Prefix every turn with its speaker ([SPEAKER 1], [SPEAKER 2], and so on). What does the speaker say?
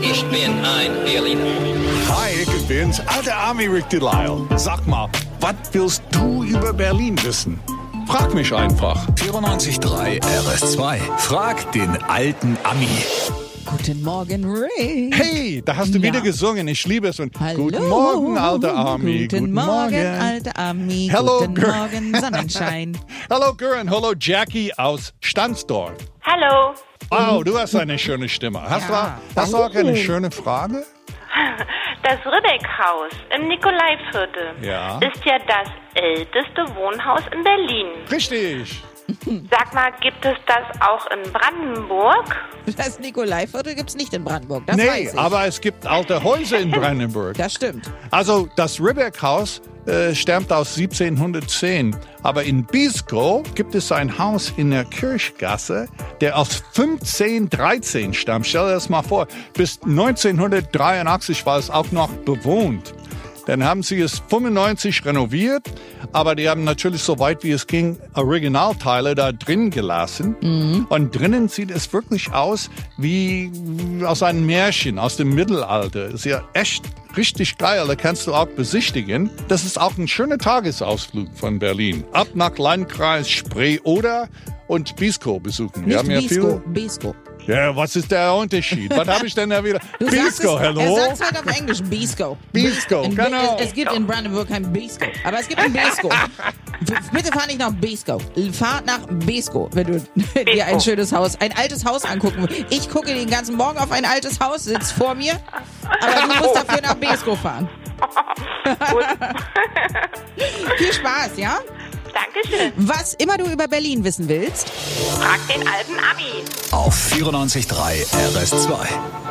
[SPEAKER 1] Ich bin ein Berliner.
[SPEAKER 2] Hi, ich bin's, alter Army Rick Delisle. Sag mal, was willst du über Berlin wissen? Frag mich einfach.
[SPEAKER 3] 94.3 RS2. Frag den alten Ami.
[SPEAKER 4] Guten Morgen, Ray.
[SPEAKER 2] Hey, da hast du
[SPEAKER 4] Ja.
[SPEAKER 2] wieder gesungen. Ich liebe es. Und
[SPEAKER 4] Hallo.
[SPEAKER 2] guten Morgen, alter Army.
[SPEAKER 4] Guten, Morgen, alter Ami.
[SPEAKER 2] Hello,
[SPEAKER 4] Guten
[SPEAKER 2] girl.
[SPEAKER 4] Morgen, Sonnenschein.
[SPEAKER 2] Hallo, Göran. Hallo, Jackie aus Stanzdorf.
[SPEAKER 5] Hallo.
[SPEAKER 2] Wow, du hast eine schöne Stimme. Hast,
[SPEAKER 4] Mhm. Ja.
[SPEAKER 2] du, hast du auch eine schöne Frage?
[SPEAKER 5] Das Rübeckhaus im Nikolaiviertel
[SPEAKER 2] Ja.
[SPEAKER 5] ist ja das älteste Wohnhaus in Berlin.
[SPEAKER 2] Richtig.
[SPEAKER 5] Sag mal, gibt es das auch in Brandenburg?
[SPEAKER 4] Das Nikolaiviertel gibt's nicht in Brandenburg. Das
[SPEAKER 2] nee,
[SPEAKER 4] weiß ich.
[SPEAKER 2] aber es gibt alte Häuser in Brandenburg.
[SPEAKER 4] das stimmt.
[SPEAKER 2] Also das Ribbeck-Haus äh, stammt aus 1710, aber in Biskow gibt es ein Haus in der Kirchgasse, der aus 1513 stammt. Stell dir das mal vor, bis 1983 war es auch noch bewohnt. Dann haben sie es 95 renoviert, aber die haben natürlich so weit wie es ging Originalteile da drin gelassen.
[SPEAKER 4] Mhm.
[SPEAKER 2] Und drinnen sieht es wirklich aus wie aus einem Märchen, aus dem Mittelalter. Ist ja echt richtig geil, da kannst du auch besichtigen. Das ist auch ein schöner Tagesausflug von Berlin. Ab nach Landkreis Spree oder und Biskow besuchen. Wir
[SPEAKER 4] Nicht
[SPEAKER 2] haben ja
[SPEAKER 4] Bisco,
[SPEAKER 2] viel.
[SPEAKER 4] Bisco.
[SPEAKER 2] Ja, was ist der Unterschied? Was habe ich denn da wieder?
[SPEAKER 4] Du sagst
[SPEAKER 2] Biskow,
[SPEAKER 4] es, Er
[SPEAKER 2] hello?
[SPEAKER 4] sagt halt auf Englisch, Bisco.
[SPEAKER 2] Bisco,
[SPEAKER 4] In-
[SPEAKER 2] genau.
[SPEAKER 4] Es, es gibt in Brandenburg kein Bisco, aber es gibt ein Bisco. B- Bitte fahr nicht nach Bisco. Fahr nach Bisco, wenn du dir ein schönes Haus, ein altes Haus angucken willst. Ich gucke den ganzen Morgen auf ein altes Haus, sitzt vor mir, aber du musst dafür nach Bisco fahren.
[SPEAKER 5] Gut.
[SPEAKER 4] Viel Spaß, ja?
[SPEAKER 5] Dankeschön.
[SPEAKER 4] Was immer du über Berlin wissen willst,
[SPEAKER 5] Frag den alten Abi.
[SPEAKER 3] Auf 94.3 RS2.